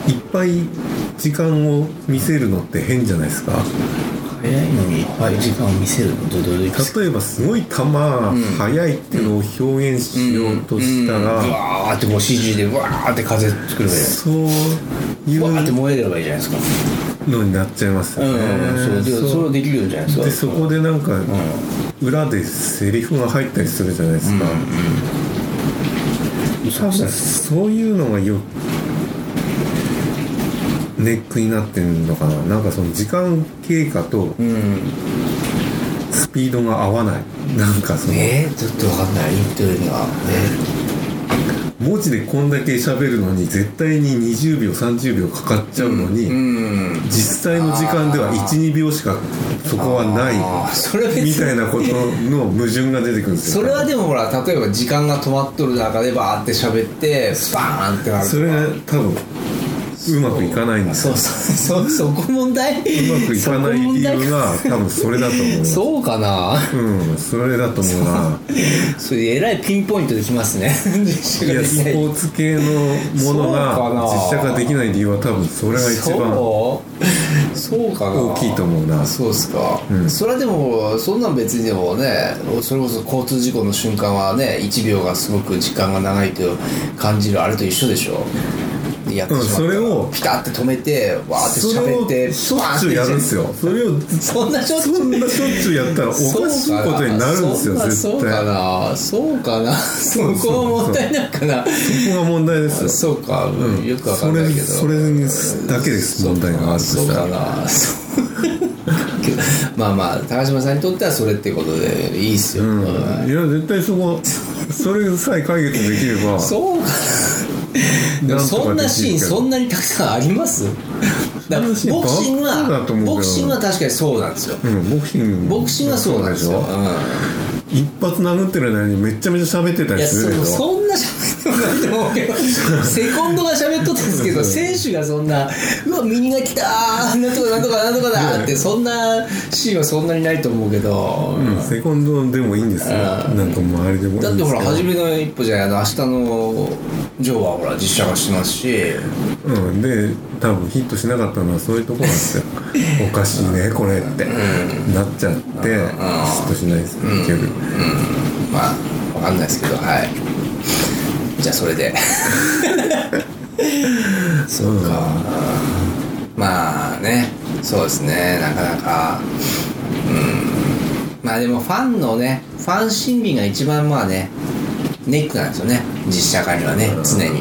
Speaker 2: いっぱい時間を見せるのって変じゃないですか
Speaker 1: 早いのにいっぱい時間を見せるのどどういうか
Speaker 2: 例えばすごい球、が
Speaker 1: ん
Speaker 2: 速いっていうのを表現しようとしたら、
Speaker 1: うんわーってこう CG でわーって風作ればいい
Speaker 2: そうい
Speaker 1: わーって
Speaker 2: う
Speaker 1: 燃えればいいじゃないですか
Speaker 2: のになっちゃいます
Speaker 1: う
Speaker 2: よね、
Speaker 1: んうんそうでそれできるんじゃないですか
Speaker 2: でそこでなんか、
Speaker 1: うん
Speaker 2: 裏でセリフが入ったりするじゃないですか、多分そういうのがよネックになってるのかななんかその時間経過と
Speaker 1: うん
Speaker 2: スピードが合わないなんかその
Speaker 1: えー、ちょっとわかんない言ってるには
Speaker 2: 文字でこんだけ喋るのに絶対に20秒30秒かかっちゃうのに、
Speaker 1: うん
Speaker 2: 実際の時間では12秒しかそこは
Speaker 1: あー
Speaker 2: な
Speaker 1: それ別
Speaker 2: い
Speaker 1: に
Speaker 2: みたいなことの矛盾が出てくるんです
Speaker 1: そ
Speaker 2: よ
Speaker 1: れはでもほら例えば時間が止まっとる中でバーって喋ってスパーンってなる
Speaker 2: それが多分うまくいかないんです
Speaker 1: そ
Speaker 2: よ
Speaker 1: うそうそうそこ問題う
Speaker 2: うまくいかない理由が多分それだと思う
Speaker 1: そうかな
Speaker 2: うんそれだと思うな
Speaker 1: それえらいピンポイントできますね 実写
Speaker 2: い
Speaker 1: 化
Speaker 2: や
Speaker 1: でき
Speaker 2: ス
Speaker 1: ない
Speaker 2: ポーツ系のもの
Speaker 1: そうかな
Speaker 2: が実写化できない理由は多分それが一番
Speaker 1: そうそうかな
Speaker 2: 大きいと思うな
Speaker 1: そうっすか、
Speaker 2: うん
Speaker 1: それはでもそんなん別にでもねそれこそ交通事故の瞬間はね1秒がすごく時間が長いと感じるあれと一緒でしょでやってしまったら
Speaker 2: うんそれを
Speaker 1: ピタッて止めてわーって
Speaker 2: それ
Speaker 1: 喋っ
Speaker 2: を
Speaker 1: て
Speaker 2: しょっちゅうやるんです
Speaker 1: よ
Speaker 2: よそれを
Speaker 1: そんなしょっちゅう
Speaker 2: そんなしょっちゅうやったらおかしいことになるんですよ
Speaker 1: そ
Speaker 2: 絶
Speaker 1: うか
Speaker 2: 対
Speaker 1: なそうかなそううかなそこは問題なんかな
Speaker 2: そこが問題ですよ
Speaker 1: そうか、うん、よくわかんないけど
Speaker 2: それそれだけです問題があると
Speaker 1: そう
Speaker 2: した
Speaker 1: からなそうけど まあまあ高島さんにとってはそれってことでいいっすよ、
Speaker 2: うん
Speaker 1: うん
Speaker 2: いや絶対そこそれさえ解決できれば
Speaker 1: そうかなでもそん
Speaker 2: なんとかできるけど
Speaker 1: なシーンそんなにたくさんありますだからボク
Speaker 2: そんなシーン
Speaker 1: シング
Speaker 2: ばっかりだと
Speaker 1: は
Speaker 2: 思うけど
Speaker 1: ボクシングは確かにそうなんですよ
Speaker 2: うんボクシング
Speaker 1: ボクシングはそうなんですよ、うん
Speaker 2: 一発殴ってる間にめっちゃめちゃ喋ってた
Speaker 1: い
Speaker 2: り
Speaker 1: や
Speaker 2: する
Speaker 1: そ
Speaker 2: でしょ
Speaker 1: そんな喋ってもないと思うけどセコンドが喋っとったんですけど選手がそんな「うわ右が来たーなんとかなんとかなんとかだ」ってそんなシーンはそんなにないと思うけど、
Speaker 2: うんセコンドでもいいんですよ
Speaker 1: うん
Speaker 2: なんかもうあれでもいいんです
Speaker 1: だっ
Speaker 2: け
Speaker 1: て
Speaker 2: ど
Speaker 1: ほら初めの一歩じゃないあの明日のジョーはほら実写化してますし
Speaker 2: うんで多分ヒットしなかったのはそういうとこなんです よおかしいねこれってなっちゃってヒットしないですよ結局
Speaker 1: まあわかんないですけどはいじゃあそれ でそうか、まあねそうですねなかなかうんまあでもファンのねファン心理が一番まあねネックなんですよね実写化にはね常に、うん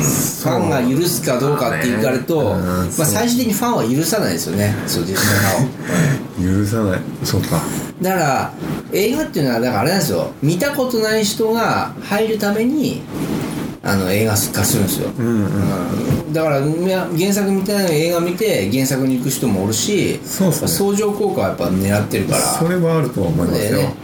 Speaker 1: フ
Speaker 2: そう
Speaker 1: ァンが許すかどうかって言われると、
Speaker 2: うん
Speaker 1: まあ、
Speaker 2: そう
Speaker 1: 最終的にファンは許さないですよねそう実写 化を
Speaker 2: 許さないそうか
Speaker 1: だから映画っていうのはだからあれなんですよ見たことない人が入るためにあの映画化するんですよ、
Speaker 2: うんう
Speaker 1: う
Speaker 2: ん
Speaker 1: んだからみや原作見てない映画見て原作に行く人もおるし
Speaker 2: そうっすね
Speaker 1: 相乗効果はやっぱ狙ってるから
Speaker 2: それはあるとは思います
Speaker 1: で
Speaker 2: よ、
Speaker 1: ね、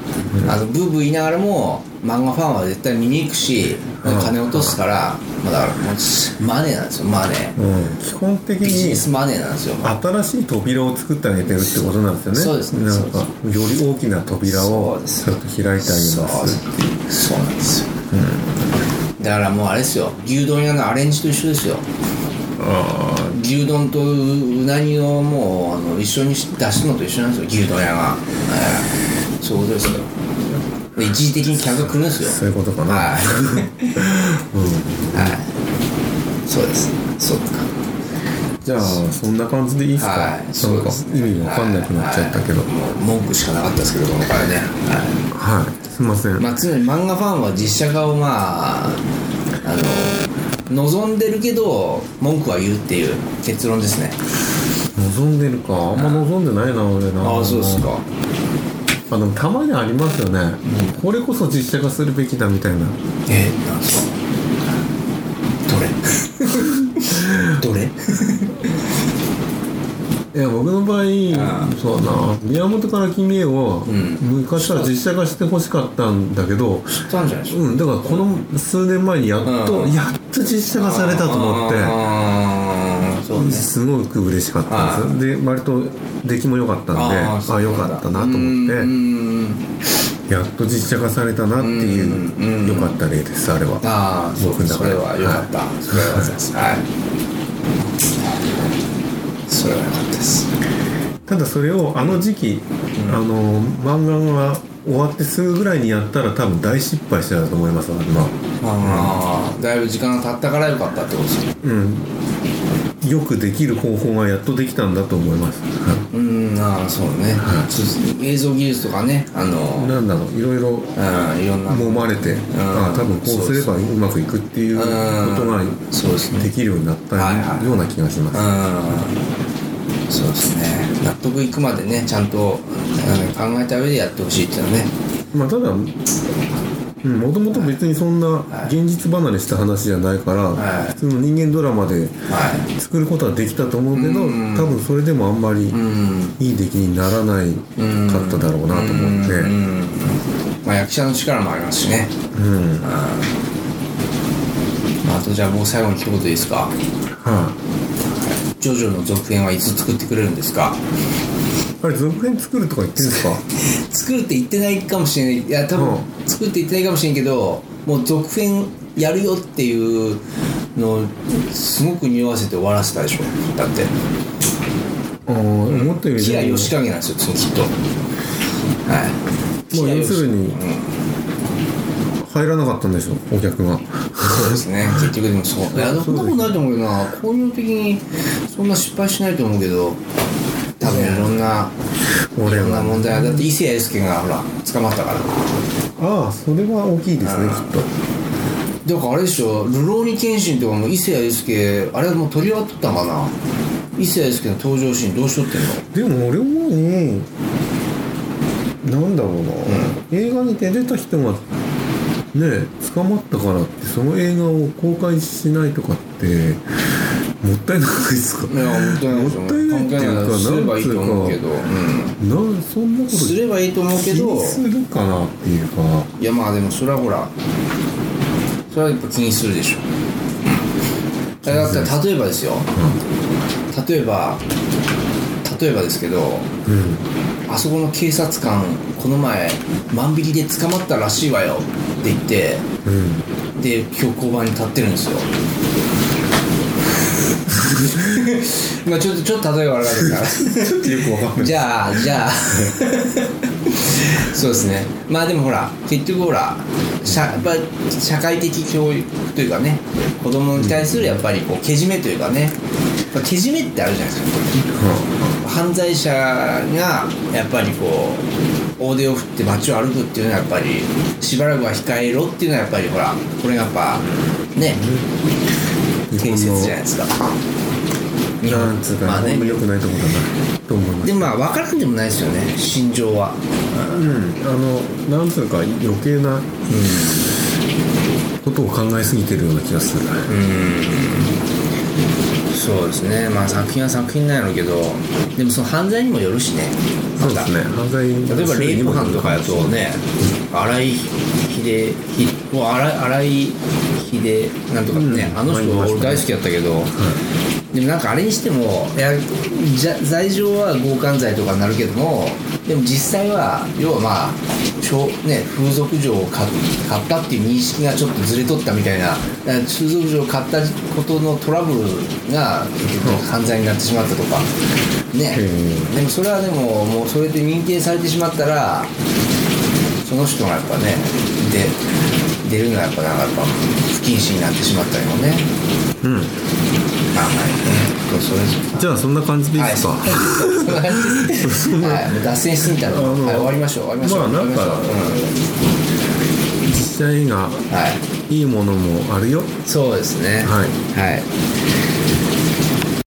Speaker 1: あのブーブー言いながらも漫画ファンは絶対見に行くし、
Speaker 2: うん
Speaker 1: 金落とすから、まあ、だからもうマネーなんですよマネー
Speaker 2: うん、基本的
Speaker 1: ビジネ
Speaker 2: に
Speaker 1: スマネーなんですよ
Speaker 2: 新しい扉を作ってあげてるってことなんですよね
Speaker 1: そうですね
Speaker 2: なんかより大きな扉
Speaker 1: そう
Speaker 2: を
Speaker 1: です
Speaker 2: ちょっと開いてあげます
Speaker 1: そうそうなんですよ、だからもうあれですよ牛丼屋のアレンジと一緒ですよ
Speaker 2: ああ
Speaker 1: 牛丼とうなぎをもうあの一緒にし出すのと一緒なんですよ牛丼屋が、ええそういうことですよで一時的に客が来るんですよ
Speaker 2: そういうことかな
Speaker 1: はい、
Speaker 2: うん
Speaker 1: はい、そうですそうか
Speaker 2: じゃあそんな感じでいいですか、
Speaker 1: はいそう
Speaker 2: なんか
Speaker 1: ですね
Speaker 2: 意味わかんなくなっちゃったけど
Speaker 1: はい
Speaker 2: はい、
Speaker 1: もう文句しかなかったですけどこの回ね、は
Speaker 2: すいません、
Speaker 1: いまあ、常に漫画ファンは実写化をまああの望んでるけど文句は言うっていう結論ですね
Speaker 2: 望んでるかあんま望んでないな俺な
Speaker 1: か
Speaker 2: あでもたまにありますよね、これこそ実写化するべきだみたいな
Speaker 1: えなんですかどれど れ
Speaker 2: いや僕の場合そうだな宮本から君へを
Speaker 1: ん
Speaker 2: 昔から実写化してほしかったんだけど
Speaker 1: たんじゃないでしょ
Speaker 2: うんだからこの数年前にやっと、
Speaker 1: うん
Speaker 2: やっと実写化されたと思って
Speaker 1: あーそうね
Speaker 2: すごく嬉しかったんですよで割と出来も良かったんであ
Speaker 1: ー
Speaker 2: あ良かったなと
Speaker 1: う
Speaker 2: 思
Speaker 1: ん
Speaker 2: っ
Speaker 1: うん
Speaker 2: てやっと実写化されたなっ
Speaker 1: う
Speaker 2: て
Speaker 1: んうん
Speaker 2: いう良かった例ですあれは
Speaker 1: ああそう
Speaker 2: 僕の
Speaker 1: そ
Speaker 2: 中
Speaker 1: れ
Speaker 2: で
Speaker 1: は良かった、それは良かったですはいそれは良かったです
Speaker 2: ただそれをあの時期、あの漫画が終わってすぐぐらいにやったら多分大失敗してたと思います今
Speaker 1: ああだいぶ時間が経ったから良かったってことですよ
Speaker 2: うんよくできる方法がやっとできたんだと思います
Speaker 1: うんああそうね、そう映像技術とかねあの
Speaker 2: なんだろういろいろ
Speaker 1: うんいろんな
Speaker 2: 揉まれて、ああ多分こうすればうまくいくっていうことが
Speaker 1: うんそうですね
Speaker 2: できるようになった
Speaker 1: はいはい
Speaker 2: ような気がします、
Speaker 1: うんそうですね納得いくまでねちゃんと、うん考えた上でやってほしいっていうのね
Speaker 2: まあただもともと別にそんな現実離れした話じゃないから、
Speaker 1: はい
Speaker 2: 普通の人間ドラマで
Speaker 1: はい
Speaker 2: 作ることはできたと思うけど、多分それでもあんまり
Speaker 1: うん
Speaker 2: いい出来にならないかっただろうなと思って、
Speaker 1: うんうんまあ、役者の力もありますしね、
Speaker 2: うん
Speaker 1: うんまあ、あとじゃあもう最後に一言いいですか
Speaker 2: はい
Speaker 1: ジョジョの続編はいつ作ってくれるんですか
Speaker 2: あれ続編作るとか言ってるんですか
Speaker 1: 作るって言ってないかもしれないいや多分、
Speaker 2: う
Speaker 1: 作るって言ってないかもしれんけどもう続編やるよっていうのをすごく匂わせて終わらせたでしょだって
Speaker 2: ああ思ったより
Speaker 1: 木
Speaker 2: で
Speaker 1: は
Speaker 2: も
Speaker 1: 吉影なんですよきっとはい
Speaker 2: もう
Speaker 1: 木
Speaker 2: 要
Speaker 1: は
Speaker 2: するに
Speaker 1: うん
Speaker 2: 入らなかったんでしょお客が
Speaker 1: そうですね結局でも そういやそんなことないと思うけどな工業的にそんな失敗しないと思うけど多分いろんない
Speaker 2: 俺
Speaker 1: ろんな
Speaker 2: は
Speaker 1: 問題だって伊勢谷友介がほら捕まったから
Speaker 2: ああそれは大きいですねきっと
Speaker 1: だからあれでしょ「流浪に謙信」とかも伊勢谷友介あれはもう取り終わっとったんかな伊勢谷友介の登場シーンどうしとってんの
Speaker 2: でも俺思うになんだろうな、映画に出てた人がね捕まったからってその映画を公開しないとかってもったいないですか
Speaker 1: いやもったいないですよ
Speaker 2: もったいないっていうか
Speaker 1: 関係なすればいいと思うけど、うん、
Speaker 2: なんそんなこと
Speaker 1: すればいいと思うけ
Speaker 2: 気
Speaker 1: ど
Speaker 2: にするかなっていうか
Speaker 1: いやまあでもそれはほらそれはやっぱ気にするでしょだからだって例えばですよ例えば例えばですけど
Speaker 2: うん
Speaker 1: あそこの警察官この前万引きで捕まったらしいわよって言って
Speaker 2: うん
Speaker 1: で今日交番に立ってるんです よまあちょっとちょっと例えばあれだけど
Speaker 2: ちょっとよくわかんない
Speaker 1: じゃあじゃあそうですねまあでもほら結局ほら社やっぱ社会的教育というかね子供に対するやっぱりこうけじめというかねやっぱけじめってあるじゃないですか犯罪者がやっぱりこう大手を振って街を歩くっていうのはやっぱりしばらくは控えろっていうのはやっぱりほらこれがやっぱね
Speaker 2: 日本
Speaker 1: 建
Speaker 2: の
Speaker 1: 設じゃないですか日本
Speaker 2: なんつうか、
Speaker 1: まあ
Speaker 2: あ
Speaker 1: ね
Speaker 2: んま良くないところだなと思います
Speaker 1: でもまあ分からんでもないですよね心情は
Speaker 2: うん、あのなんつうか余計なことを考えすぎてるような気がする、
Speaker 1: そうですねまあ作品は作品なんやろうけどでもその犯罪にもよるしね
Speaker 2: そうですね犯罪
Speaker 1: また例えばレイプ犯とかやとね荒井秀秀もう荒井荒井秀なんとかね、
Speaker 2: うん
Speaker 1: あの人俺大好きやったけど、でもなんかあれにしてもいやじゃ罪状は強姦罪とかになるけどもでも実際は要はまあしょうね、風俗嬢を買っ買ったっていう認識がちょっとずれとったみたいなだから風俗嬢を買ったことのトラブルが結局犯罪になってしまったとかね
Speaker 2: う
Speaker 1: でもそれはでももうそれで認定されてしまったらその人がやっぱねで出るのはやっぱなんかやっぱ不謹慎になってしまったりもね
Speaker 2: うん
Speaker 1: まあはいねそれ
Speaker 2: じゃあそんな感じでいい
Speaker 1: は
Speaker 2: で
Speaker 1: い、
Speaker 2: す
Speaker 1: そ
Speaker 2: か、
Speaker 1: んな感じ ですはい、もう脱線しすぎたの、
Speaker 2: あの
Speaker 1: はい、終わりましょう、終わりましょう。
Speaker 2: まあなんか
Speaker 1: 終わりましょ
Speaker 2: 実際が
Speaker 1: ううんはい、
Speaker 2: いいものもあるよ
Speaker 1: そうですね。
Speaker 2: はい
Speaker 1: はい。